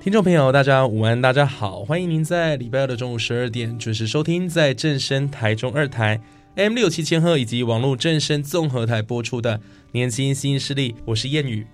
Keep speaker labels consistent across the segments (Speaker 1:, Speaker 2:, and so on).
Speaker 1: 听众朋友，大家午安，大家好，欢迎您在礼拜二的中午十二点准时收听在正声台中二台 M 六七千赫以及网络正声综合台播出的《年轻新势力》，我是谚语。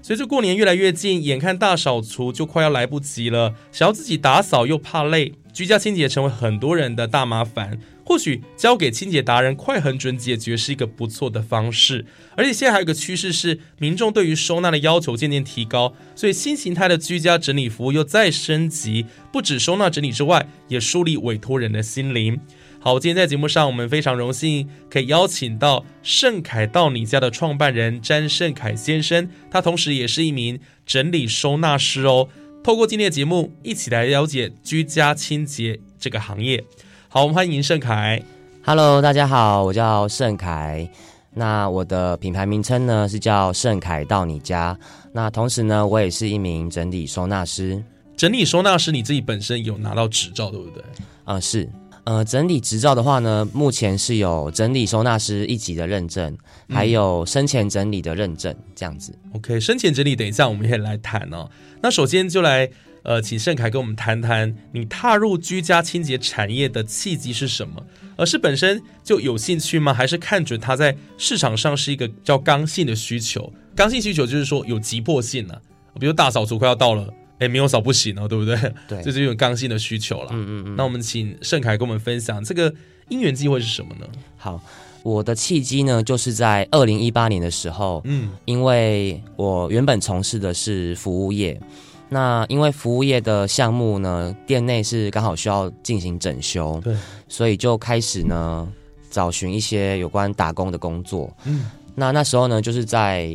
Speaker 1: 随着过年越来越近，眼看大扫除就快要来不及了，想要自己打扫又怕累，居家清洁成为很多人的大麻烦。或许交给清洁达人快很准解决是一个不错的方式。而且现在还有一个趋势是，民众对于收纳的要求渐渐提高，所以新形态的居家整理服务又再升级，不止收纳整理之外，也梳理委托人的心灵。好，今天在节目上，我们非常荣幸可以邀请到盛凯到你家的创办人詹盛凯先生，他同时也是一名整理收纳师哦。透过今天的节目，一起来了解居家清洁这个行业。好，我们欢迎盛凯。
Speaker 2: Hello，大家好，我叫盛凯。那我的品牌名称呢是叫盛凯到你家。那同时呢，我也是一名整理收纳师。
Speaker 1: 整理收纳师你自己本身有拿到执照，对不对？
Speaker 2: 呃，是，呃，整理执照的话呢，目前是有整理收纳师一级的认证，还有生前整理的认证，这样子。
Speaker 1: OK，生前整理，等一下我们也来谈哦。那首先就来，呃，请盛凯跟我们谈谈你踏入居家清洁产业的契机是什么？而是本身就有兴趣吗？还是看准它在市场上是一个叫刚性的需求？刚性需求就是说有急迫性啊，比如大扫除快要到了，哎，没有扫不行哦，对不对？
Speaker 2: 对
Speaker 1: 这就是有刚性的需求了。嗯嗯嗯。那我们请盛凯跟我们分享这个因缘机会是什么呢？
Speaker 2: 好，我的契机呢，就是在二零一八年的时候，
Speaker 1: 嗯，
Speaker 2: 因为我原本从事的是服务业，那因为服务业的项目呢，店内是刚好需要进行整修，
Speaker 1: 对，
Speaker 2: 所以就开始呢找寻一些有关打工的工作。
Speaker 1: 嗯，
Speaker 2: 那那时候呢，就是在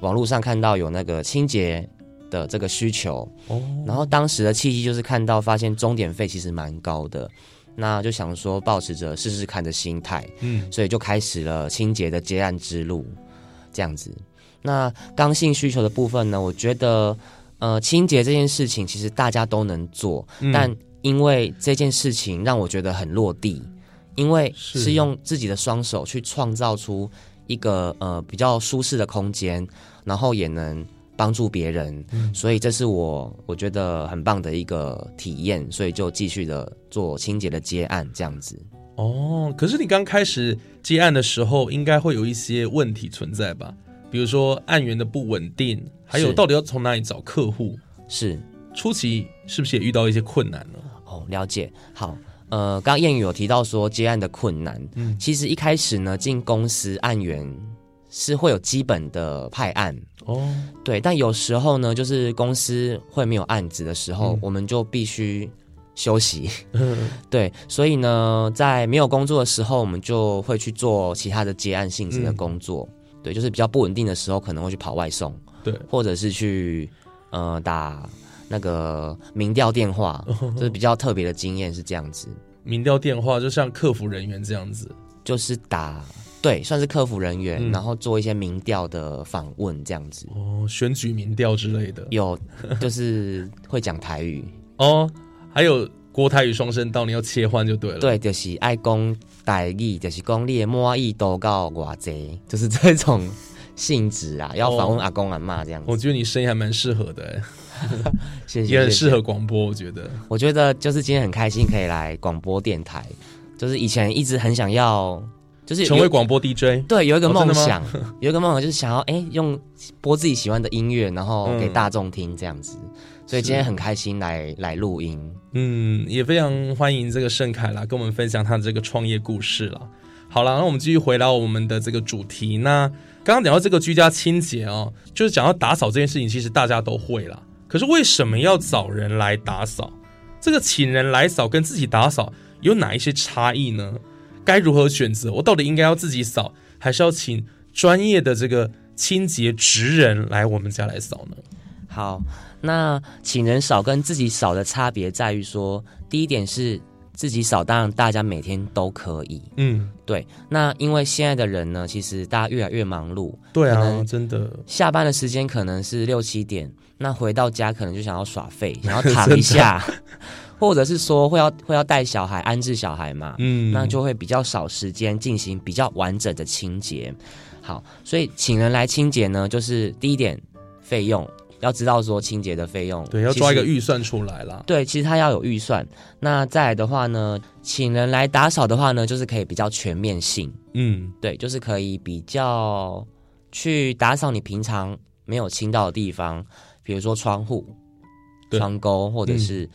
Speaker 2: 网络上看到有那个清洁。的这个需求，
Speaker 1: 哦，
Speaker 2: 然后当时的契机就是看到发现钟点费其实蛮高的，那就想说保持着试试看的心态，
Speaker 1: 嗯，
Speaker 2: 所以就开始了清洁的接案之路，这样子。那刚性需求的部分呢，我觉得，呃，清洁这件事情其实大家都能做，
Speaker 1: 嗯
Speaker 2: 但因为这件事情让我觉得很落地，因为
Speaker 1: 是
Speaker 2: 是用自己的双手去创造出一个呃比较舒适的空间，然后也能帮助别人，
Speaker 1: 嗯
Speaker 2: 所以这是我我觉得很棒的一个体验，所以就继续的做清洁的接案这样子。
Speaker 1: 哦，可是你刚开始接案的时候，应该会有一些问题存在吧？比如说案源的不稳定，还有
Speaker 2: 是
Speaker 1: 到底要从哪里找客户？
Speaker 2: 是，
Speaker 1: 初期是不是也遇到一些困难呢？
Speaker 2: 哦，了解。好，呃，刚刚谚语有提到说接案的困难，
Speaker 1: 嗯
Speaker 2: 其实一开始呢，进公司案源是会有基本的派案，
Speaker 1: 哦，
Speaker 2: 对，但有时候呢，就是公司会没有案子的时候，
Speaker 1: 嗯
Speaker 2: 我们就必须休息。 对，所以呢，在没有工作的时候，我们就会去做其他的接案性质的
Speaker 1: 嗯
Speaker 2: 工作。对，就是比较不稳定的时候，可能会去跑外送，
Speaker 1: 对，
Speaker 2: 或者是去呃打那个民调电话， 就是比较特别的经验是这样子，
Speaker 1: 民调电话就像客服人员这样子。
Speaker 2: 就是打对算是客服人员，
Speaker 1: 嗯
Speaker 2: 然后做一些民调的访问这样子，
Speaker 1: 哦，选举民调之类的。
Speaker 2: 有就是会讲 台语，
Speaker 1: 哦，还有国台语双声道，你要切换就对了。，
Speaker 2: 对，就是爱讲台语，就是讲你的满意度到偌济，就是这种性质啊，要访问阿公阿妈这样
Speaker 1: 哦
Speaker 2: 子，
Speaker 1: 我觉得你声音还蛮适合的，
Speaker 2: 谢谢，
Speaker 1: 也很
Speaker 2: 谢谢
Speaker 1: 适合广播。我觉得，
Speaker 2: 我觉得就是今天很开心可以来广播电台，就是以前一直很想要，就是有
Speaker 1: 成为广播 DJ，
Speaker 2: 对有一个
Speaker 1: 哦
Speaker 2: 梦
Speaker 1: 真的吗
Speaker 2: 想，有一个梦想就是想要哎、用播自己喜欢的音乐，然后给
Speaker 1: 嗯
Speaker 2: 大众听这样子，所以今天很开心来来录音。
Speaker 1: 嗯，也非常欢迎这个盛凯啦，跟我们分享他的这个创业故事啦。好啦，那我们继续回到我们的这个主题。那刚刚讲到这个居家清洁哦，就是讲到打扫这件事情，其实大家都会啦。可是为什么要找人来打扫？这个请人来扫跟自己打扫有哪一些差异呢？该如何选择？我到底应该要自己扫，还是要请专业的这个清洁职人来我们家来扫呢？
Speaker 2: 好，那请人扫跟自己扫的差别在于说，第一点是自己扫，当然大家每天都可以。
Speaker 1: 嗯，
Speaker 2: 对，那因为现在的人呢，其实大家越来越忙碌，
Speaker 1: 对
Speaker 2: 可
Speaker 1: 啊，
Speaker 2: 能
Speaker 1: 真的，
Speaker 2: 下班的时间可能是六七点，那回到家可能就想要耍废，想要躺 一下，或者是说会要会要带小孩安置小孩嘛，
Speaker 1: 嗯，
Speaker 2: 那就会比较少时间进行比较完整的清洁。好，所以请人来清洁呢，就是第一点费用要知道说清洁的费用，
Speaker 1: 对，要抓一个
Speaker 2: 其实
Speaker 1: 预算出来啦。
Speaker 2: 对，其实它要有预算。那再来的话呢，请人来打扫的话呢，就是可以比较全面性。
Speaker 1: 嗯，
Speaker 2: 对，就是可以比较去打扫你平常没有清到的地方，比如说窗户、
Speaker 1: 对嗯
Speaker 2: 窗钩，或者是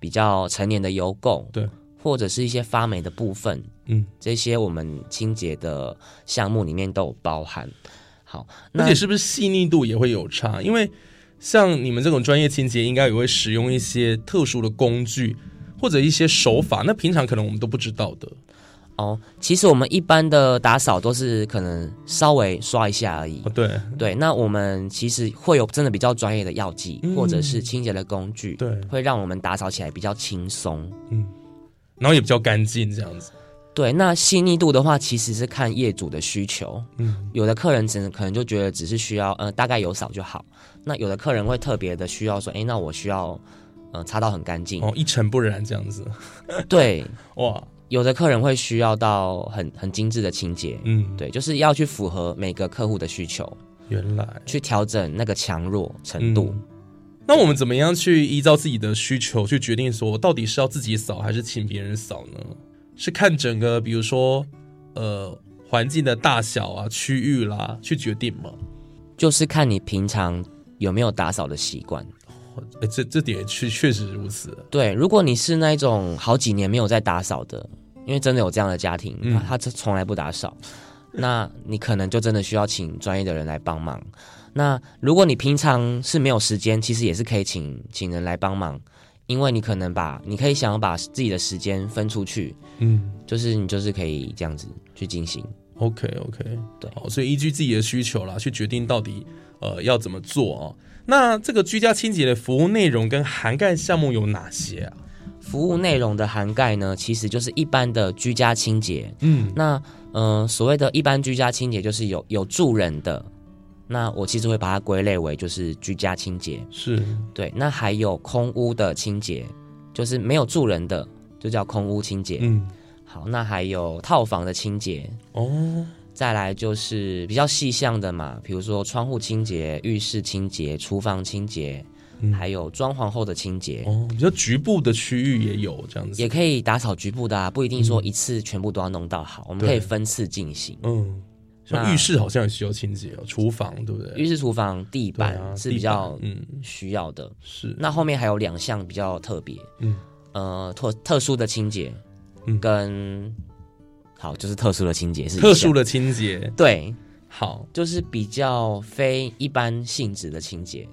Speaker 2: 比较成年的油垢，
Speaker 1: 对，
Speaker 2: 或者是一些发霉的部分，
Speaker 1: 嗯，
Speaker 2: 这些我们清洁的项目里面都有包含。好，那
Speaker 1: 而且是不是细腻度也会有差？因为像你们这种专业清洁，应该也会使用一些特殊的工具或者一些手法，那平常可能我们都不知道的。
Speaker 2: 哦，其实我们一般的打扫都是可能稍微刷一下而已
Speaker 1: 哦，，对
Speaker 2: 对，那我们其实会有真的比较专业的药剂、
Speaker 1: 嗯
Speaker 2: 或者是清洁的工具，
Speaker 1: 对，
Speaker 2: 会让我们打扫起来比较轻松。
Speaker 1: 嗯，然后也比较干净这样子。
Speaker 2: 对，那细腻度的话，其实是看业主的需求。
Speaker 1: 嗯，
Speaker 2: 有的客人只能可能就觉得只是需要，呃，大概有扫就好。那有的客人会特别的需要说，诶，那我需要，呃，擦到很干净。
Speaker 1: 哦，一尘不染这样子，
Speaker 2: 对，
Speaker 1: 哇，
Speaker 2: 有的客人会需要到很很精致的清洁。
Speaker 1: 嗯，
Speaker 2: 对，就是要去符合每个客户的需求，
Speaker 1: 原来
Speaker 2: 去调整那个强弱程度。
Speaker 1: 嗯那我们怎么样去依照自己的需求去决定说，到底是要自己扫还是请别人扫呢？是看整个，比如说，呃，环境的大小啊、区域啦，去决定吗？
Speaker 2: 就是看你平常有没有打扫的习惯。
Speaker 1: 哎，这这点确确实如此。
Speaker 2: 对，如果你是那一种好几年没有在打扫的，因为真的有这样的家庭，
Speaker 1: 嗯
Speaker 2: 他他从来不打扫， 那你可能就真的需要请专业的人来帮忙。那如果你平常是没有时间，其实也是可以请请人来帮忙，因为你可能把你可以想要把自己的时间分出去，
Speaker 1: 嗯
Speaker 2: 就是你就是可以这样子去进行。
Speaker 1: ，OK OK，啊
Speaker 2: 对
Speaker 1: 好，所以依据自己的需求啦，去决定到底呃要怎么做哦。那这个居家清洁的服务内容跟涵盖项目有哪些啊？
Speaker 2: 服务内容的涵盖呢，其实就是一般的居家清洁，
Speaker 1: 嗯，
Speaker 2: 那呃，所谓的一般居家清洁就是有有住人的，那我其实会把它归类为就是居家清洁。
Speaker 1: 是
Speaker 2: 对，那还有空屋的清洁，就是没有住人的，就叫空屋清洁。
Speaker 1: 嗯
Speaker 2: 好，那还有套房的清洁，
Speaker 1: 哦，
Speaker 2: 再来就是比较细项的嘛，比如说窗户清洁、浴室清洁、厨房清洁，
Speaker 1: 嗯
Speaker 2: 还有装潢后的清洁。
Speaker 1: 哦，比较局部的区域也有这样子，
Speaker 2: 也可以打扫局部的啊，不一定说一次全部都要弄到好，我们可以分次进行。
Speaker 1: 嗯，像
Speaker 2: 那
Speaker 1: 浴室好像也需要清洁哦，厨房对不对？
Speaker 2: 浴室、厨房、地
Speaker 1: 对啊
Speaker 2: 板是
Speaker 1: 地
Speaker 2: 比较
Speaker 1: 嗯
Speaker 2: 需要的。
Speaker 1: 是
Speaker 2: 那后面还有两项比较特别，
Speaker 1: 嗯
Speaker 2: 呃，特特殊的清洁，
Speaker 1: 嗯
Speaker 2: 跟好就是特殊的清洁是一项
Speaker 1: 特殊，的清洁，
Speaker 2: 对，
Speaker 1: 好，
Speaker 2: 就是比较非一般性质的清洁。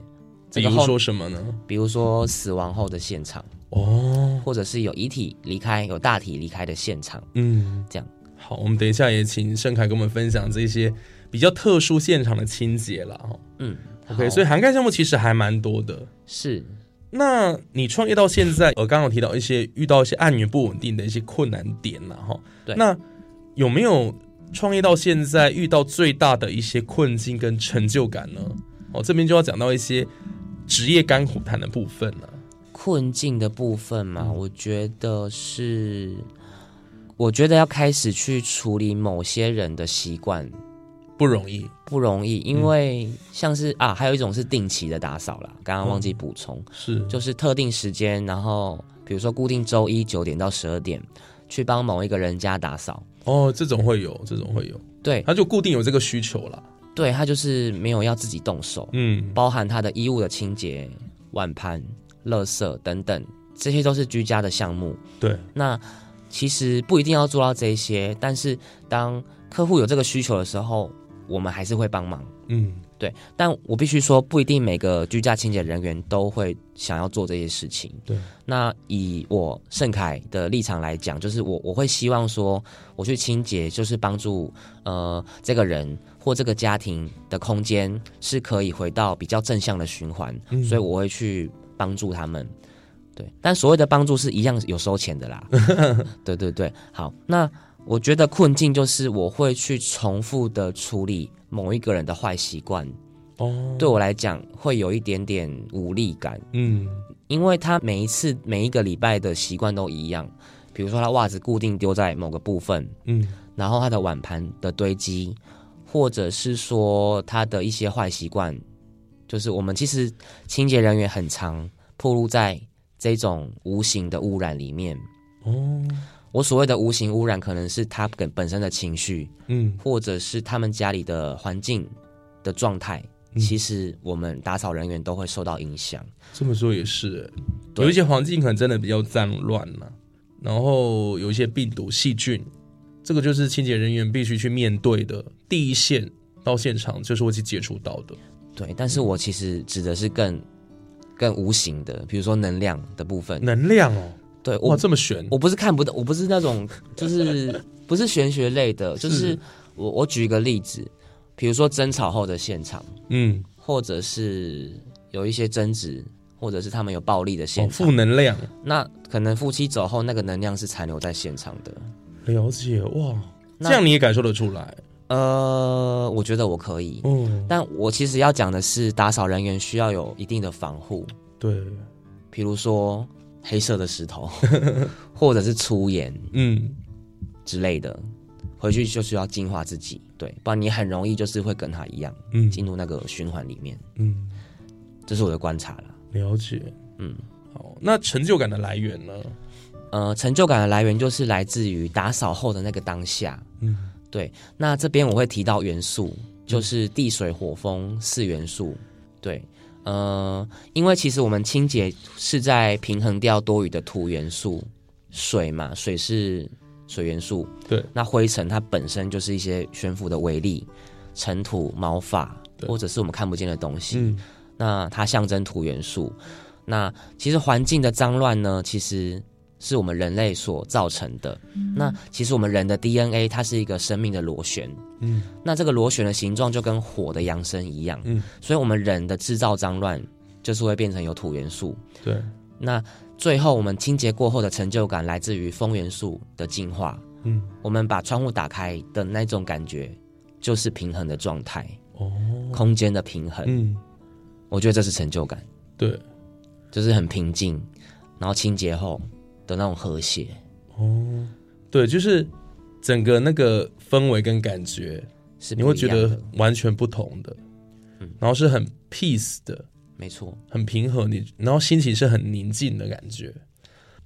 Speaker 2: 这
Speaker 1: 比
Speaker 2: 个
Speaker 1: 如
Speaker 2: 后，
Speaker 1: 说什么呢？
Speaker 2: 比如说死亡后的现场，
Speaker 1: 哦，
Speaker 2: 或者是有遗体离开、有大体离开的现场，
Speaker 1: 嗯，
Speaker 2: 这样。
Speaker 1: 好，我们等一下也请盛凯跟我们分享这些比较特殊现场的清洁啦。哦
Speaker 2: 嗯
Speaker 1: OK，
Speaker 2: 好
Speaker 1: 所以涵盖项目其实还蛮多的。
Speaker 2: 是
Speaker 1: 那你创业到现在，呃，刚刚有提到一些遇到一些案源不稳定的一些困难点啦，哈。
Speaker 2: 对
Speaker 1: 那有没有创业到现在遇到最大的一些困境跟成就感呢？哦，这边就要讲到一些职业甘苦谈的部分了。
Speaker 2: 困境的部分嘛，我觉得是，我觉得要开始去处理某些人的习惯，
Speaker 1: 不容易，
Speaker 2: 不容易，因为像是、啊，还有一种是定期的打扫啦，刚刚忘记补充，
Speaker 1: 是
Speaker 2: 就是特定时间，然后比如说固定周一九点到十二点去帮某一个人家打扫。
Speaker 1: 哦，这种会有，这种会有，
Speaker 2: 对
Speaker 1: 他就固定有这个需求啦。
Speaker 2: 对，他就是没有要自己动手，
Speaker 1: 嗯，
Speaker 2: 包含他的衣物的清洁、碗盘、垃圾等等，这些都是居家的项目。
Speaker 1: 对，
Speaker 2: 那其实不一定要做到这一些，但是当客户有这个需求的时候，我们还是会帮忙。
Speaker 1: 嗯，
Speaker 2: 对，但我必须说，不一定每个居家清洁人员都会想要做这些事情。
Speaker 1: 对，
Speaker 2: 那以我盛凯的立场来讲，就是我我会希望说，我去清洁就是帮助呃这个人或这个家庭的空间是可以回到比较正向的循环，
Speaker 1: 嗯
Speaker 2: 所以我会去帮助他们。对，但所谓的帮助是一样有收钱的啦。对对对，好，那我觉得困境就是我会去重复的处理某一个人的坏习惯，
Speaker 1: 哦，
Speaker 2: 对我来讲会有一点点无力感，
Speaker 1: 嗯，
Speaker 2: 因为他每一次每一个礼拜的习惯都一样，比如说他袜子固定丢在某个部分，
Speaker 1: 嗯
Speaker 2: 然后他的碗盘的堆积，或者是说他的一些坏习惯，就是我们其实清洁人员很常暴露在这种无形的污染里面。
Speaker 1: 哦，
Speaker 2: 我所谓的无形污染，可能是他本本身的情绪，
Speaker 1: 嗯
Speaker 2: 或者是他们家里的环境的状态。
Speaker 1: 嗯
Speaker 2: 其实我们打扫人员都会受到影响。
Speaker 1: 这么说也是，欸
Speaker 2: 对
Speaker 1: 有一些环境可能真的比较脏乱了、然后有一些病毒细菌，这个就是清洁人员必须去面对的第一线，到现场就是会去接触到的。
Speaker 2: 对，但是我其实指的是更更无形的，比如说能量的部分。
Speaker 1: 能量哦，
Speaker 2: 对，我
Speaker 1: 哇，这么悬，
Speaker 2: 我不是看不到，我不是那种，就是不是玄学类的，就是
Speaker 1: 是
Speaker 2: 我我举一个例子，比如说争吵后的现场，
Speaker 1: 嗯，
Speaker 2: 或者是有一些争执，或者是他们有暴力的
Speaker 1: 哦，
Speaker 2: 现场，
Speaker 1: 负能量，
Speaker 2: 那可能夫妻走后那个能量是残留在现场的。
Speaker 1: 了解哇，
Speaker 2: 那
Speaker 1: 这样你也感受得出来，
Speaker 2: 呃，我觉得我可以，
Speaker 1: 嗯，
Speaker 2: 但我其实要讲的是，打扫人员需要有一定的防护，
Speaker 1: 对，
Speaker 2: 比如说黑色的石头， 或者是粗盐，
Speaker 1: 嗯，
Speaker 2: 之类的，回去就是要净化自己，对，不然你很容易就是会跟他一样
Speaker 1: 嗯
Speaker 2: 进入那个循环里面，
Speaker 1: 嗯，
Speaker 2: 这是我的观察啦。
Speaker 1: 了解，
Speaker 2: 嗯，
Speaker 1: 好，那成就感的来源呢？
Speaker 2: 呃，成就感的来源就是来自于打扫后的那个当下。
Speaker 1: 嗯，
Speaker 2: 对，那这边我会提到元素，就是地、水、火、风四元素。对，呃，因为其实我们清洁是在平衡掉多余的土元素，水嘛，水是水元素，
Speaker 1: 对，
Speaker 2: 那灰尘它本身就是一些悬浮的微粒、尘土、毛发，
Speaker 1: 对
Speaker 2: 或者是我们看不见的东西。
Speaker 1: 嗯，
Speaker 2: 那它象征土元素。那其实环境的脏乱呢，其实是我们人类所造成的。那其实我们人的 DNA 它是一个生命的螺旋，
Speaker 1: 嗯，
Speaker 2: 那这个螺旋的形状就跟火的扬升一样，
Speaker 1: 嗯，
Speaker 2: 所以我们人的制造脏乱就是会变成有土元素。
Speaker 1: 对，
Speaker 2: 那最后我们清洁过后的成就感来自于风元素的进化，
Speaker 1: 嗯，
Speaker 2: 我们把窗户打开的那种感觉就是平衡的状态，
Speaker 1: 哦，
Speaker 2: 空间的平衡，
Speaker 1: 嗯，
Speaker 2: 我觉得这是成就感。
Speaker 1: 对，
Speaker 2: 就是很平静，然后清洁后的那种和谐。
Speaker 1: 哦，对，就是整个那个氛围跟感觉，
Speaker 2: 是
Speaker 1: 你
Speaker 2: 不
Speaker 1: 会
Speaker 2: 一
Speaker 1: 觉
Speaker 2: 样的
Speaker 1: 得完全不同的，
Speaker 2: 嗯
Speaker 1: 然后是很 peace 的，
Speaker 2: 没错，
Speaker 1: 很平和，你然后心情是很宁静的感觉，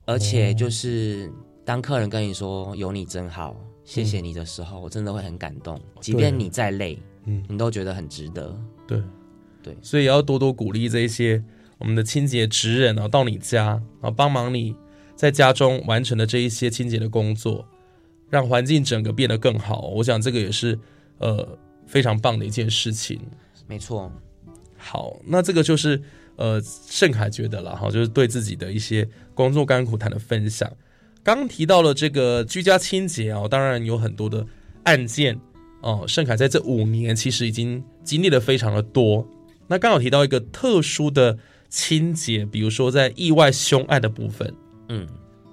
Speaker 2: 而且就是当客人跟你说“有你真好，谢谢你”的时候，我真的会很感动。即便你再累，
Speaker 1: 嗯
Speaker 2: 你都觉得很值得。
Speaker 1: 对，
Speaker 2: 对
Speaker 1: 所以也要多多鼓励这一些我们的清洁职人，然后到你家，然后帮忙你在家中完成的这一些清洁的工作，让环境整个变得更好。我想这个也是呃非常棒的一件事情。
Speaker 2: 没错，
Speaker 1: 好，那这个就是呃盛凯觉得了哈，就是对自己的一些工作甘苦谈的分享。刚提到了这个居家清洁哦，当然有很多的案件哦。盛凯在这五年其实已经经历了非常的多。那刚好提到一个特殊的清洁，比如说在意外凶案的部分，
Speaker 2: 嗯，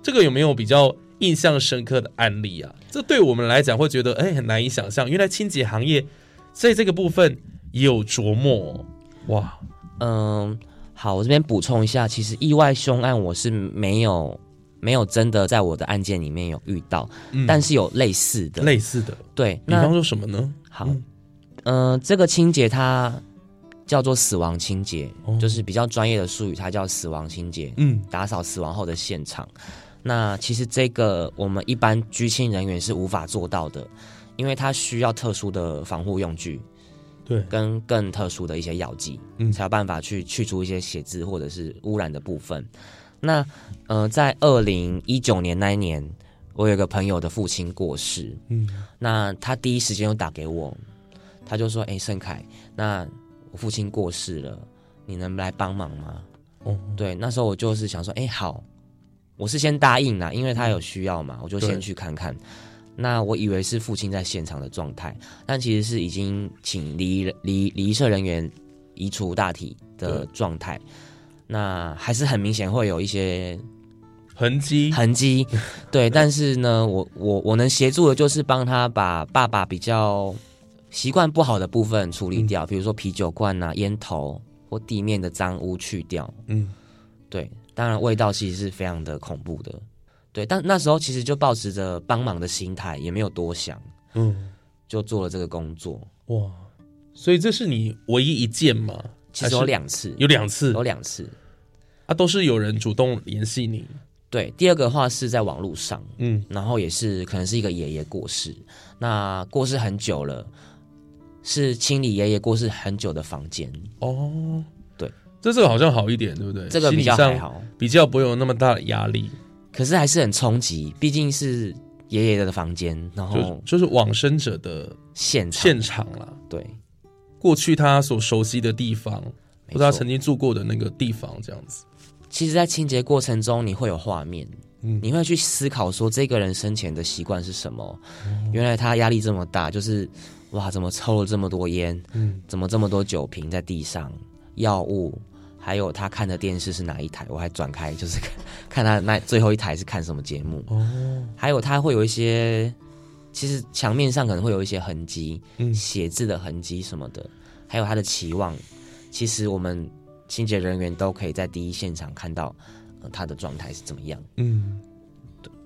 Speaker 1: 这个有没有比较印象深刻的案例啊？这对我们来讲会觉得哎很难以想象，原来清洁行业在这个部分也有琢磨哦、哇，
Speaker 2: 嗯，好，我这边补充一下，其实意外凶案我是没有没有真的在我的案件里面有遇到，
Speaker 1: 嗯
Speaker 2: 但是有类似的。
Speaker 1: 类似的，
Speaker 2: 对，
Speaker 1: 比
Speaker 2: 那
Speaker 1: 方说什么呢？
Speaker 2: 好
Speaker 1: 嗯，
Speaker 2: 嗯，这个清洁它叫做死亡清洁，
Speaker 1: 哦
Speaker 2: 就是比较专业的术语，它叫死亡清洁，
Speaker 1: 嗯，
Speaker 2: 打扫死亡后的现场。那其实这个我们一般居清人员是无法做到的，因为它需要特殊的防护用具
Speaker 1: 对，
Speaker 2: 跟更特殊的一些药剂，
Speaker 1: 嗯
Speaker 2: 才有办法去去除一些血渍或者是污染的部分。那呃，在二零一九年那一年，我有一个朋友的父亲过世，
Speaker 1: 嗯，
Speaker 2: 那他第一时间就打给我，他就说：“哎、盛凯，那我父亲过世了，你能来帮忙吗？
Speaker 1: 哦，
Speaker 2: 对，那时候我就是想说，哎、好，我是先答应啦，因为他有需要嘛，我就
Speaker 1: 嗯对
Speaker 2: 先去看看。那我以为是父亲在现场的状态，但其实是已经请离离离社人员移除大体的
Speaker 1: 对
Speaker 2: 状态。那还是很明显会有一些
Speaker 1: 痕迹，
Speaker 2: 痕迹，对。但是呢，我我我能协助的就是帮他把爸爸比较习惯不好的部分
Speaker 1: 嗯
Speaker 2: 处理掉，比如说啤酒罐啊、烟头或地面的脏污去掉。
Speaker 1: 嗯，
Speaker 2: 对，当然味道其实是非常的恐怖的。对，但那时候其实就抱持着帮忙的心态，也没有多想，
Speaker 1: 嗯，
Speaker 2: 就做了这个工作。
Speaker 1: 哇，所以这是你唯一一件吗？
Speaker 2: 其实
Speaker 1: 还
Speaker 2: 有
Speaker 1: 是
Speaker 2: 两次，
Speaker 1: 有两次
Speaker 2: 有两次。
Speaker 1: 啊，都是有人主动联系你，
Speaker 2: 对，第二个话是在网络上，
Speaker 1: 嗯，
Speaker 2: 然后也是可能是一个爷爷过世，那过世很久了，是清理爷爷过世很久的房间，
Speaker 1: 哦，
Speaker 2: 对，
Speaker 1: 这这个好像好一点，对不对？
Speaker 2: 这个比较
Speaker 1: 心理
Speaker 2: 还
Speaker 1: 上
Speaker 2: 好，
Speaker 1: 比较不会有那么大的压力，
Speaker 2: 可是还是很冲击，毕竟是爷爷的房间，然
Speaker 1: 就
Speaker 2: 后
Speaker 1: 就是往生者的
Speaker 2: 现场
Speaker 1: 现场啦，
Speaker 2: 对，
Speaker 1: 过去他所熟悉的地方，或
Speaker 2: 没
Speaker 1: 者他
Speaker 2: 错。
Speaker 1: 曾经住过的那个地方，这样子，
Speaker 2: 其实，在清洁过程中，你会有画面，
Speaker 1: 嗯
Speaker 2: 你会去思考说这个人生前的习惯是什么。
Speaker 1: 嗯
Speaker 2: 原来他压力这么大，就是哇，怎么抽了这么多烟？
Speaker 1: 嗯
Speaker 2: 怎么这么多酒瓶在地上？药物，还有他看的电视是哪一台？我还转开就是 看看他那最后一台是看什么节目。
Speaker 1: 哦，
Speaker 2: 还有他会有一些，其实墙面上可能会有一些痕迹，
Speaker 1: 嗯
Speaker 2: 写字的痕迹什么的，还有他的期望，其实我们清洁人员都可以在第一现场看到、呃他的状态是怎么样。
Speaker 1: 嗯，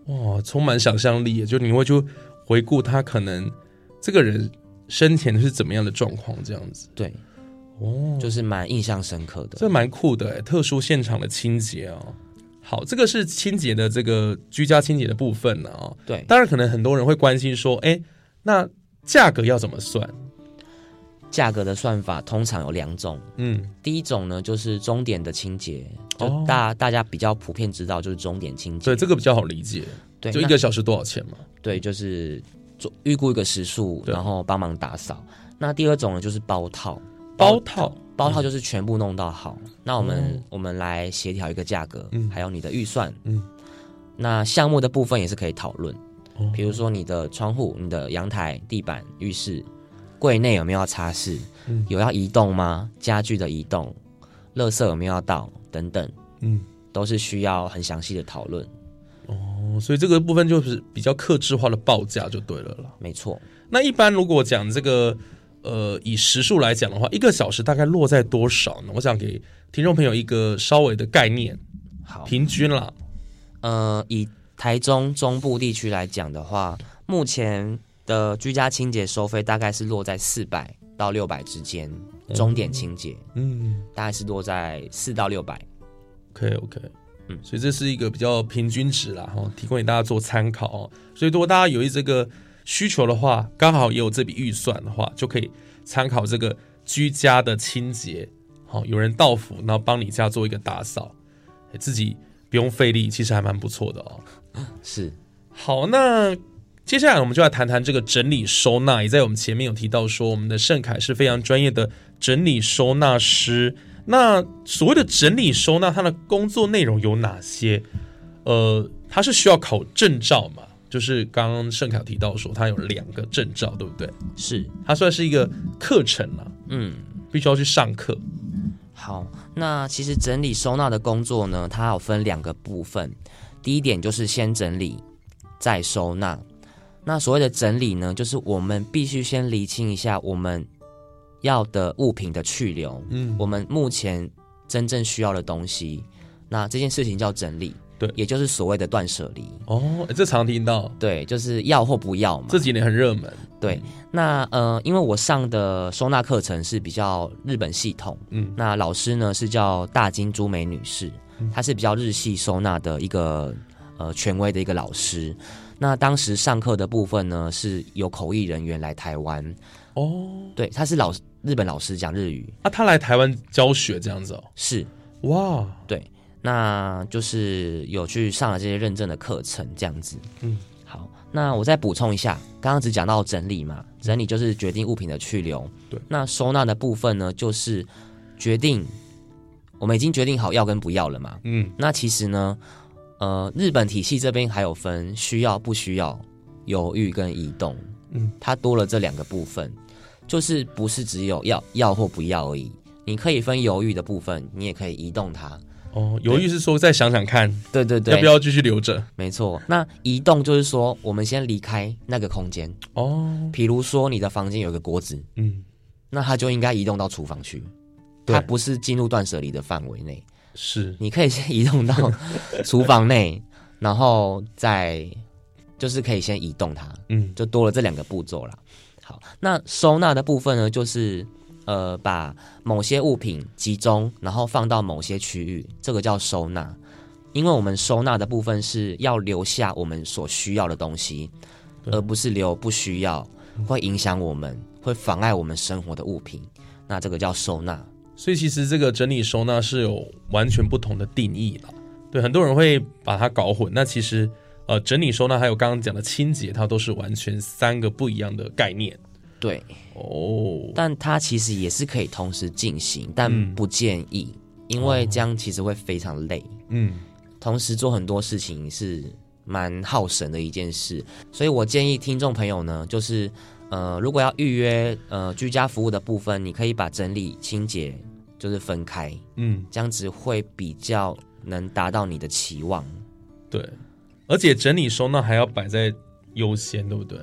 Speaker 1: 哇，充满想象力耶，就你会去回顾他可能这个人生前是怎么样的状况，这样子，
Speaker 2: 对，
Speaker 1: 哦，
Speaker 2: 就是蛮印象深刻的。
Speaker 1: 这蛮酷的耶，特殊现场的清洁哦。好，这个是清洁的这个居家清洁的部分了哦。
Speaker 2: 对，
Speaker 1: 当然，可能很多人会关心说，哎，那价格要怎么算？
Speaker 2: 价格的算法通常有两种，
Speaker 1: 嗯，
Speaker 2: 第一种呢就是终点的清洁，
Speaker 1: 哦
Speaker 2: 就大、大家比较普遍知道就是终点清洁。
Speaker 1: 对，这个比较好理解，
Speaker 2: 对
Speaker 1: 就一
Speaker 2: 那
Speaker 1: 个小时多少钱嘛？
Speaker 2: 对，就是做预估一个时数，
Speaker 1: 对
Speaker 2: 然后帮忙打扫。那第二种呢就是包套，
Speaker 1: 包套，
Speaker 2: 包套就是全部弄到好。那我们、
Speaker 1: 哦
Speaker 2: 我们来协调一个价格，
Speaker 1: 嗯
Speaker 2: 还有你的预算。
Speaker 1: 嗯，
Speaker 2: 那项目的部分也是可以讨论，
Speaker 1: 哦
Speaker 2: 比如说你的窗户、你的阳台、地板、浴室、柜内有没有要擦拭，
Speaker 1: 嗯
Speaker 2: 有要移动吗？家具的移动，垃圾有没有要倒等等，
Speaker 1: 嗯，
Speaker 2: 都是需要很详细的讨论。
Speaker 1: 哦，所以这个部分就是比较克制化的报价就对了啦。
Speaker 2: 没错，
Speaker 1: 那一般如果讲这个，呃，以时数来讲的话，一个小时大概落在多少呢？我想给听众朋友一个稍微的概念，
Speaker 2: 好，
Speaker 1: 平均啦。
Speaker 2: 呃，以台中中部地区来讲的话，目前的居家清洁收费大概是落在四百到六百之间，终点清洁
Speaker 1: 嗯
Speaker 2: 大概是落在四到六百。
Speaker 1: ，OK OK，嗯
Speaker 2: 嗯，
Speaker 1: 所以这是一个比较平均值啦，哈、提供给大家做参考哦。所以如果大家有一这个需求的话，刚好也有这笔预算的话，就可以参考这个居家的清洁，好、有人到府，然后帮你家做一个打扫，哎自己不用费力，其实还蛮不错的哦。
Speaker 2: 是，
Speaker 1: 好，那接下来我们就来谈谈这个整理收纳。也在我们前面有提到说，我们的盛凯是非常专业的整理收纳师。那所谓的整理收纳，它的工作内容有哪些？呃，它是需要考证照嘛？就是刚刚盛凯有提到说，他有两个证照，对不对？
Speaker 2: 是，
Speaker 1: 它算是一个课程啦，
Speaker 2: 嗯。
Speaker 1: 必须要去上课。
Speaker 2: 好，那其实整理收纳的工作呢，它有分两个部分。第一点就是先整理，再收纳。那所谓的整理呢，就是我们必须先厘清一下我们要的物品的去留，
Speaker 1: 嗯
Speaker 2: 我们目前真正需要的东西。那这件事情叫整理，
Speaker 1: 对
Speaker 2: 也就是所谓的断舍离。
Speaker 1: 哦，诶这常听到，
Speaker 2: 对，就是要或不要嘛。
Speaker 1: 这几年很热门。
Speaker 2: 对，那呃，因为我上的收纳课程是比较日本系统，
Speaker 1: 嗯
Speaker 2: 嗯，那老师呢是叫大金珠美女士，她是比较日系收纳的一个呃权威的一个老师。那当时上课的部分呢是有口译人员来台湾，
Speaker 1: 哦，
Speaker 2: 对，她是老日本老师讲日语，
Speaker 1: 啊，他来台湾教学这样子哦，
Speaker 2: 是
Speaker 1: 哇，
Speaker 2: 对，那就是有去上了这些认证的课程，这样子。
Speaker 1: 嗯，
Speaker 2: 好，那我再补充一下，刚刚只讲到整理嘛，整理就是决定物品的去留。
Speaker 1: 嗯对，
Speaker 2: 那收纳的部分呢，就是决定我们已经决定好要跟不要了嘛。
Speaker 1: 嗯，
Speaker 2: 那其实呢，呃，日本体系这边还有分需要、不需要、犹豫跟移动，
Speaker 1: 嗯，
Speaker 2: 它多了这两个部分，就是不是只有要要或不要而已，你可以分犹豫的部分，你也可以移动它。
Speaker 1: 哦，犹豫是说再想想看，
Speaker 2: 对对对，
Speaker 1: 要不要继续留着？
Speaker 2: 没错，那移动就是说，我们先离开那个空间。
Speaker 1: 哦，
Speaker 2: 比如说，你的房间有个锅子，
Speaker 1: 嗯，
Speaker 2: 那它就应该移动到厨房去，
Speaker 1: 对
Speaker 2: 它不是进入断舍离的范围内。
Speaker 1: 是，
Speaker 2: 你可以先移动到 厨房内，然后再就是可以先移动它，
Speaker 1: 嗯，
Speaker 2: 就多了这两个步骤啦。好，那收纳的部分呢，就是呃把某些物品集中，然后放到某些区域，这个叫收纳。因为我们收纳的部分是要留下我们所需要的东西，
Speaker 1: 对
Speaker 2: 而不是留不需要会影响我们、会妨碍我们生活的物品。那这个叫收纳。
Speaker 1: 所以其实这个整理收纳是有完全不同的定义了。对，很多人会把它搞混。那其实，呃，整理收纳还有刚刚讲的清洁，它都是完全三个不一样的概念。
Speaker 2: 对，
Speaker 1: 哦，
Speaker 2: 但它其实也是可以同时进行，但不建议，因为这样其实会非常累。
Speaker 1: 嗯，
Speaker 2: 同时做很多事情是蛮耗神的一件事，所以我建议听众朋友呢，就是呃，如果要预约呃居家服务的部分，你可以把整理、清洁就是分开，
Speaker 1: 嗯，
Speaker 2: 这样子会比较能达到你的期望。
Speaker 1: 对。而且整理收纳还要摆在优先，对不对？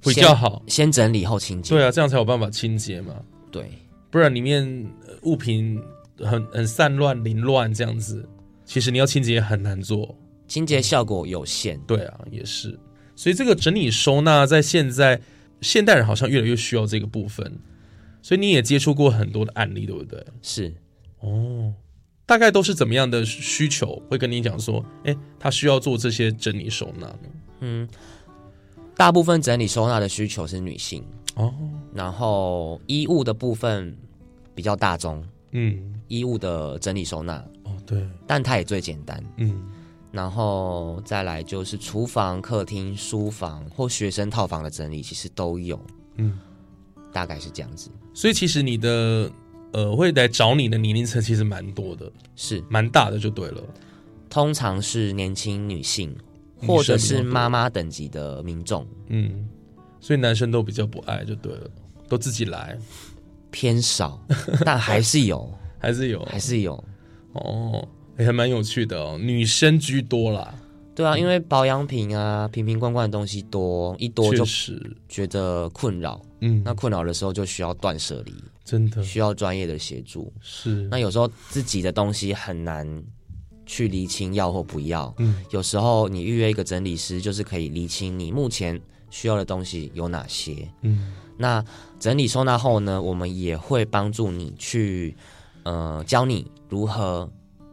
Speaker 1: 比
Speaker 2: 先
Speaker 1: 较好。
Speaker 2: 先整理后清洁，
Speaker 1: 对啊，这样才有办法清洁嘛。
Speaker 2: 对
Speaker 1: 不然里面呃物品很很散乱、凌乱这样子，其实你要清洁也很难做。
Speaker 2: 清洁效果有限。
Speaker 1: 对啊，也是。所以这个整理收纳在现在现代人好像越来越需要这个部分，所以你也接触过很多的案例，对不对？
Speaker 2: 是，
Speaker 1: 哦，大概都是怎么样的需求会跟你讲说，哎，他需要做这些整理收纳呢？
Speaker 2: 嗯，大部分整理收纳的需求是女性。
Speaker 1: 哦，
Speaker 2: 然后衣物的部分比较大宗，
Speaker 1: 嗯，
Speaker 2: 衣物的整理收纳，
Speaker 1: 哦，对，
Speaker 2: 但它也最简单。
Speaker 1: 嗯，
Speaker 2: 然后再来就是厨房、客厅、书房或学生套房的整理，其实都有。
Speaker 1: 嗯，
Speaker 2: 大概是这样子。
Speaker 1: 所以其实你的呃会来找你的年龄层其实蛮多的，
Speaker 2: 是，
Speaker 1: 蛮大的就对了。
Speaker 2: 通常是年轻女性
Speaker 1: 女生
Speaker 2: 或者
Speaker 1: 比较
Speaker 2: 是
Speaker 1: 多
Speaker 2: 妈妈等级的民众
Speaker 1: 嗯，所以男生都比较不爱就对了，都自己来，
Speaker 2: 偏 少，但还是有，
Speaker 1: 还是有
Speaker 2: 还是有。
Speaker 1: 哦，也还蛮有趣的哦，女生居多啦，
Speaker 2: 对啊，因为保养品啊、瓶瓶罐罐的东西多，一多
Speaker 1: 确
Speaker 2: 就
Speaker 1: 实，
Speaker 2: 觉得困扰。
Speaker 1: 嗯，
Speaker 2: 那困扰的时候就需要断舍离，
Speaker 1: 真的
Speaker 2: 需要专业的协助。
Speaker 1: 是
Speaker 2: 那有时候自己的东西很难去厘清要或不要，
Speaker 1: 嗯，
Speaker 2: 有时候你预约一个整理师，就是可以厘清你目前需要的东西有哪些。
Speaker 1: 嗯，
Speaker 2: 那整理收纳后呢，我们也会帮助你去，呃，教你如何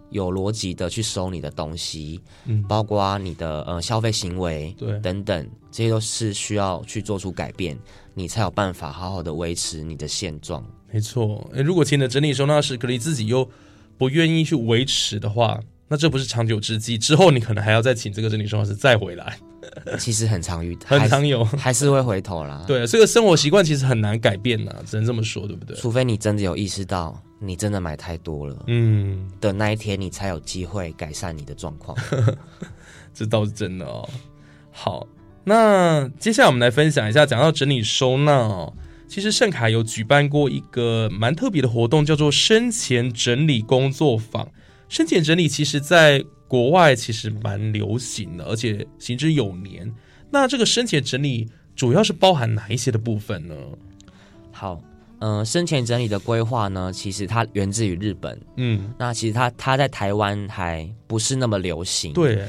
Speaker 2: 有逻辑的去收你的东西，
Speaker 1: 嗯
Speaker 2: 包括你的呃消费行为，
Speaker 1: 对
Speaker 2: 等等，这些都是需要去做出改变，你才有办法好好的维持你的现状。
Speaker 1: 没错。诶如果请的整理收纳师，可你自己又不愿意去维持的话，那这不是长久之计。之后你可能还要再请这个整理收纳师再回来，
Speaker 2: 其实很常遇，
Speaker 1: 很常有。
Speaker 2: 还是，还是会回头啦。，
Speaker 1: 对，这个生活习惯其实很难改变呐、只能这么说，对不对？
Speaker 2: 除非你真的有意识到你真的买太多了。
Speaker 1: 嗯，
Speaker 2: 的那一天，你才有机会改善你的 状况。
Speaker 1: 这倒是真的哦。好，那接下来我们来分享一下，讲到整理收纳哦，其实盛凯有举办过一个蛮特别的活动，叫做生前整理工作坊。生前整理其实在国外其实蛮流行的，而且行之有年。那这个生前整理主要是包含哪一些的部分呢？
Speaker 2: 好，嗯、生前整理的规划呢，其实它源自于日本。
Speaker 1: 嗯，
Speaker 2: 那其实它它在台湾还不是那么流行。。
Speaker 1: 对，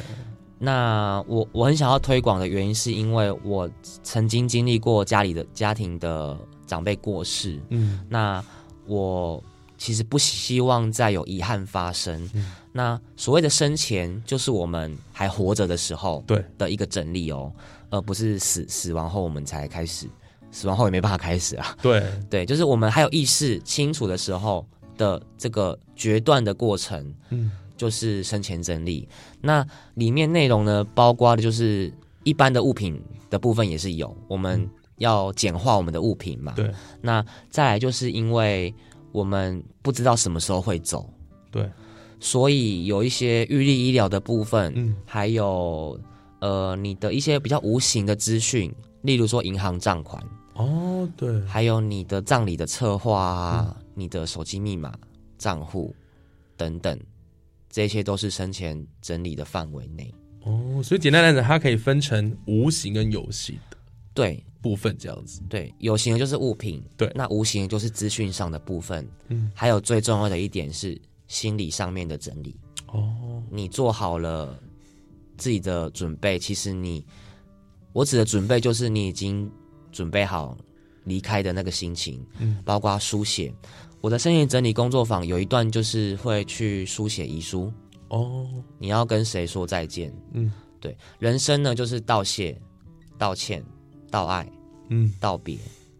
Speaker 2: 那我我很想要推广的原因，是因为我曾经经历过家里的家庭的长辈过世，
Speaker 1: 嗯，
Speaker 2: 那我其实不希望再有遗憾发生。
Speaker 1: 嗯
Speaker 2: 那所谓的生前，就是我们还活着的时候
Speaker 1: 对，
Speaker 2: 的一个整理哦，而不是死死亡后我们才开始，死亡后也没办法开始啊。
Speaker 1: 对，
Speaker 2: 对，就是我们还有意识清楚的时候的这个决断的过程，
Speaker 1: 嗯，
Speaker 2: 就是生前整理。那里面内容呢，包括的就是一般的物品的部分也是有，我们要简化我们的物品嘛。
Speaker 1: 嗯对
Speaker 2: 那再来就是因为我们不知道什么时候会走，
Speaker 1: 对，
Speaker 2: 所以有一些预立医疗的部分，
Speaker 1: 嗯
Speaker 2: 还有呃你的一些比较无形的资讯，例如说银行账款，
Speaker 1: 哦，对，
Speaker 2: 还有你的葬礼的策划啊、
Speaker 1: 嗯
Speaker 2: 你的手机密码、账户等等，这些都是生前整理的范围内。
Speaker 1: 哦，所以简单来讲，它可以分成无形跟有形的
Speaker 2: 对
Speaker 1: 部分这样子。
Speaker 2: 对，有形的就是物品，
Speaker 1: 对
Speaker 2: 那无形的就是资讯上的部分，
Speaker 1: 嗯
Speaker 2: 还有最重要的一点是心理上面的整理。
Speaker 1: 哦，
Speaker 2: 你做好了自己的准备，其实你，我指的准备就是你已经准备好离开的那个心情，
Speaker 1: 嗯
Speaker 2: 包括书写。我的生前整理工作坊有一段就是会去书写遗书，
Speaker 1: 哦，
Speaker 2: 你要跟谁说再见？
Speaker 1: 嗯
Speaker 2: 对，人生呢就是道谢、道歉、道爱、
Speaker 1: 嗯，
Speaker 2: 道别。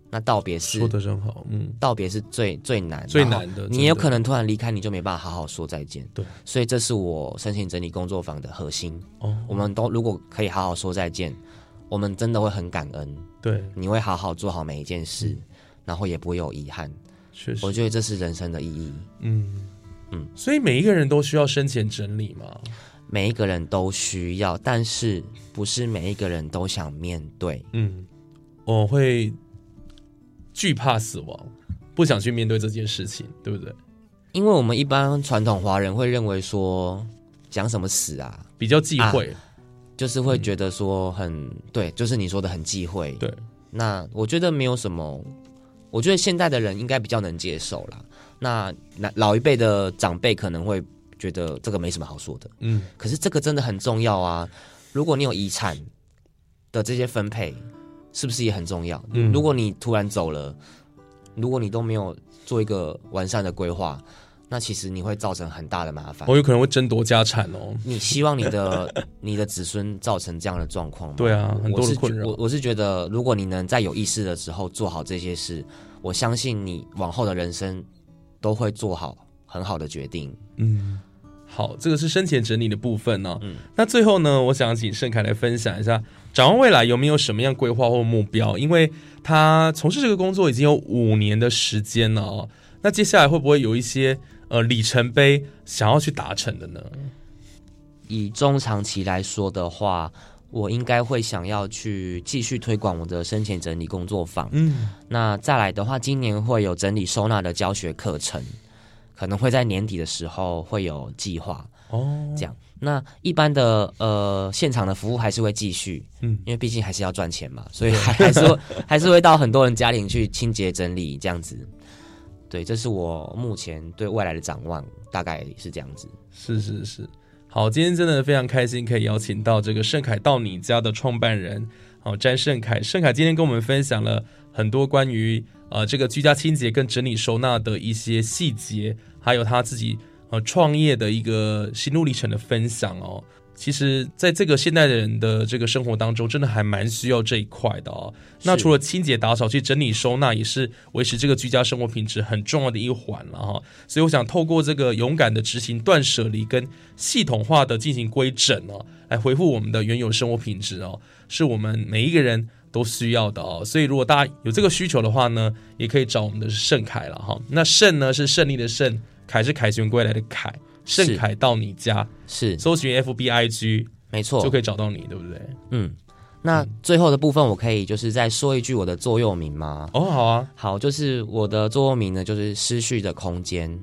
Speaker 2: 那道别是
Speaker 1: 说的真好，嗯，
Speaker 2: 道别是最最难
Speaker 1: 最
Speaker 2: 然后
Speaker 1: 难的真
Speaker 2: 你有
Speaker 1: 的
Speaker 2: 可能突然离开，你就没办法好好说再见。
Speaker 1: 对，
Speaker 2: 所以这是我申请整理工作坊的核心。
Speaker 1: 哦，
Speaker 2: 我们都如果可以好好说再见，我们真的会很感恩，
Speaker 1: 对，
Speaker 2: 你会好好做好每一件事，然后也不会有遗憾。
Speaker 1: 确
Speaker 2: 我
Speaker 1: 实，
Speaker 2: 觉得这是人生的意义。
Speaker 1: 嗯嗯
Speaker 2: 嗯，
Speaker 1: 所以每一个人都需要生前整理嘛，
Speaker 2: 每一个人都需要，但是不是每一个人都想面对？
Speaker 1: 嗯，我会惧怕死亡，不想去面对这件事情，对不对？
Speaker 2: 因为我们一般传统华人会认为说，讲什么死啊，
Speaker 1: 比较忌讳，
Speaker 2: 就是会觉得说很、对，就是你说的很忌讳。
Speaker 1: 嗯对，
Speaker 2: 那我觉得没有什么，我觉得现代的人应该比较能接受啦。那那老一辈的长辈可能会觉得这个没什么好说的，
Speaker 1: 嗯，
Speaker 2: 可是这个真的很重要啊。如果你有遗产的这些分配，是不是也很重要？
Speaker 1: 嗯
Speaker 2: 如果你突然走了，如果你都没有做一个完善的规划，那其实你会造成很大的麻烦。
Speaker 1: 我有可能会争夺家产哦，
Speaker 2: 你希望你的 你的子孙造成这样的状况吗？
Speaker 1: 对啊，很
Speaker 2: 我
Speaker 1: 多的
Speaker 2: 是觉
Speaker 1: 困扰
Speaker 2: 我，我是觉得，如果你能在有意识的时候做好这些事，我相信你往后的人生都会做好很好的决定。
Speaker 1: 嗯，好，这个是生前整理的部分呢、那最后呢，我想请盛凯来分享一下，展望未来有没有什么样规划或目标？因为他从事这个工作已经有五年的时间了哦。那接下来会不会有一些呃里程碑想要去达成的呢？
Speaker 2: 以中长期来说的话，我应该会想要去继续推广我的生前整理工作坊。
Speaker 1: 嗯，
Speaker 2: 那再来的话，今年会有整理收纳的教学课程，可能会在年底的时候会有计划。
Speaker 1: 哦，
Speaker 2: 这样。那一般的呃现场的服务还是会继续，
Speaker 1: 嗯
Speaker 2: 嗯，因为毕竟还是要赚钱嘛，所以还还是会 还是会到很多人家庭去清洁整理这样子。对，这是我目前对未来的展望，大概是这样子。
Speaker 1: 是是是，好，今天真的非常开心，可以邀请到这个盛凯到你家的创办人，好、詹盛凯。盛凯今天跟我们分享了很多关于呃这个居家清洁跟整理收纳的一些细节，还有他自己呃创业的一个心路历程的分享哦。其实，在这个现代的人的这个生活当中，真的还蛮需要这一块的哦。那除了清洁打扫，其实整理收纳也是维持这个居家生活品质很重要的一环了哈、所以我想透过这个勇敢的执行断舍离跟系统化的进行规整哦，来回复我们的原有生活品质哦，是我们每一个人都需要的哦。所以如果大家有这个需求的话呢，也可以找我们的盛凯了哈。那盛呢是胜利的胜，凯是凯旋归来的凯，盛凯到你家，
Speaker 2: 是，
Speaker 1: 搜寻 FBIG
Speaker 2: 没
Speaker 1: 就
Speaker 2: 错
Speaker 1: 可。以找到你，对不对？
Speaker 2: 嗯，那最后的部分，我可以就是再说一句我的座右铭吗？
Speaker 1: 哦，好啊，
Speaker 2: 好，就是我的座右铭呢，就是失序的空间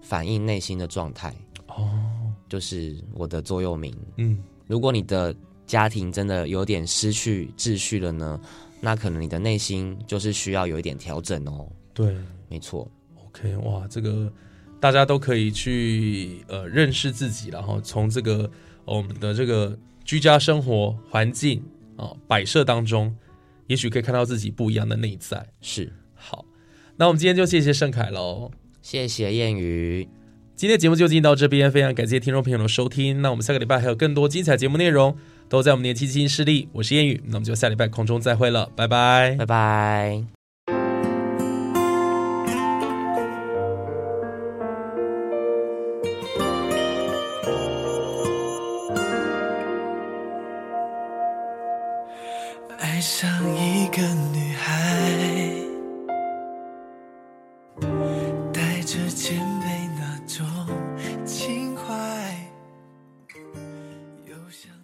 Speaker 2: 反映内心的状态。哦，就是我的座右铭。
Speaker 1: 嗯，
Speaker 2: 如果你的家庭真的有点失去秩序了呢，那可能你的内心就是需要有一点调整哦。
Speaker 1: 对。
Speaker 2: 没错，
Speaker 1: OK，哇，这个大家都可以去呃认识自己，然后从这个、呃我们的这个居家生活环境啊、摆设当中，也许可以看到自己不一样的内在。
Speaker 2: 是，
Speaker 1: 好，那我们今天就谢谢盛凯喽。
Speaker 2: 谢谢谚语，
Speaker 1: 今天的节目就进行到这边，非常感谢听众朋友的收听。那我们下个礼拜还有更多精彩节目内容，都在我们年轻新势力。我是谚语，那我们就下礼拜空中再会了，拜拜
Speaker 2: 拜拜。
Speaker 3: 想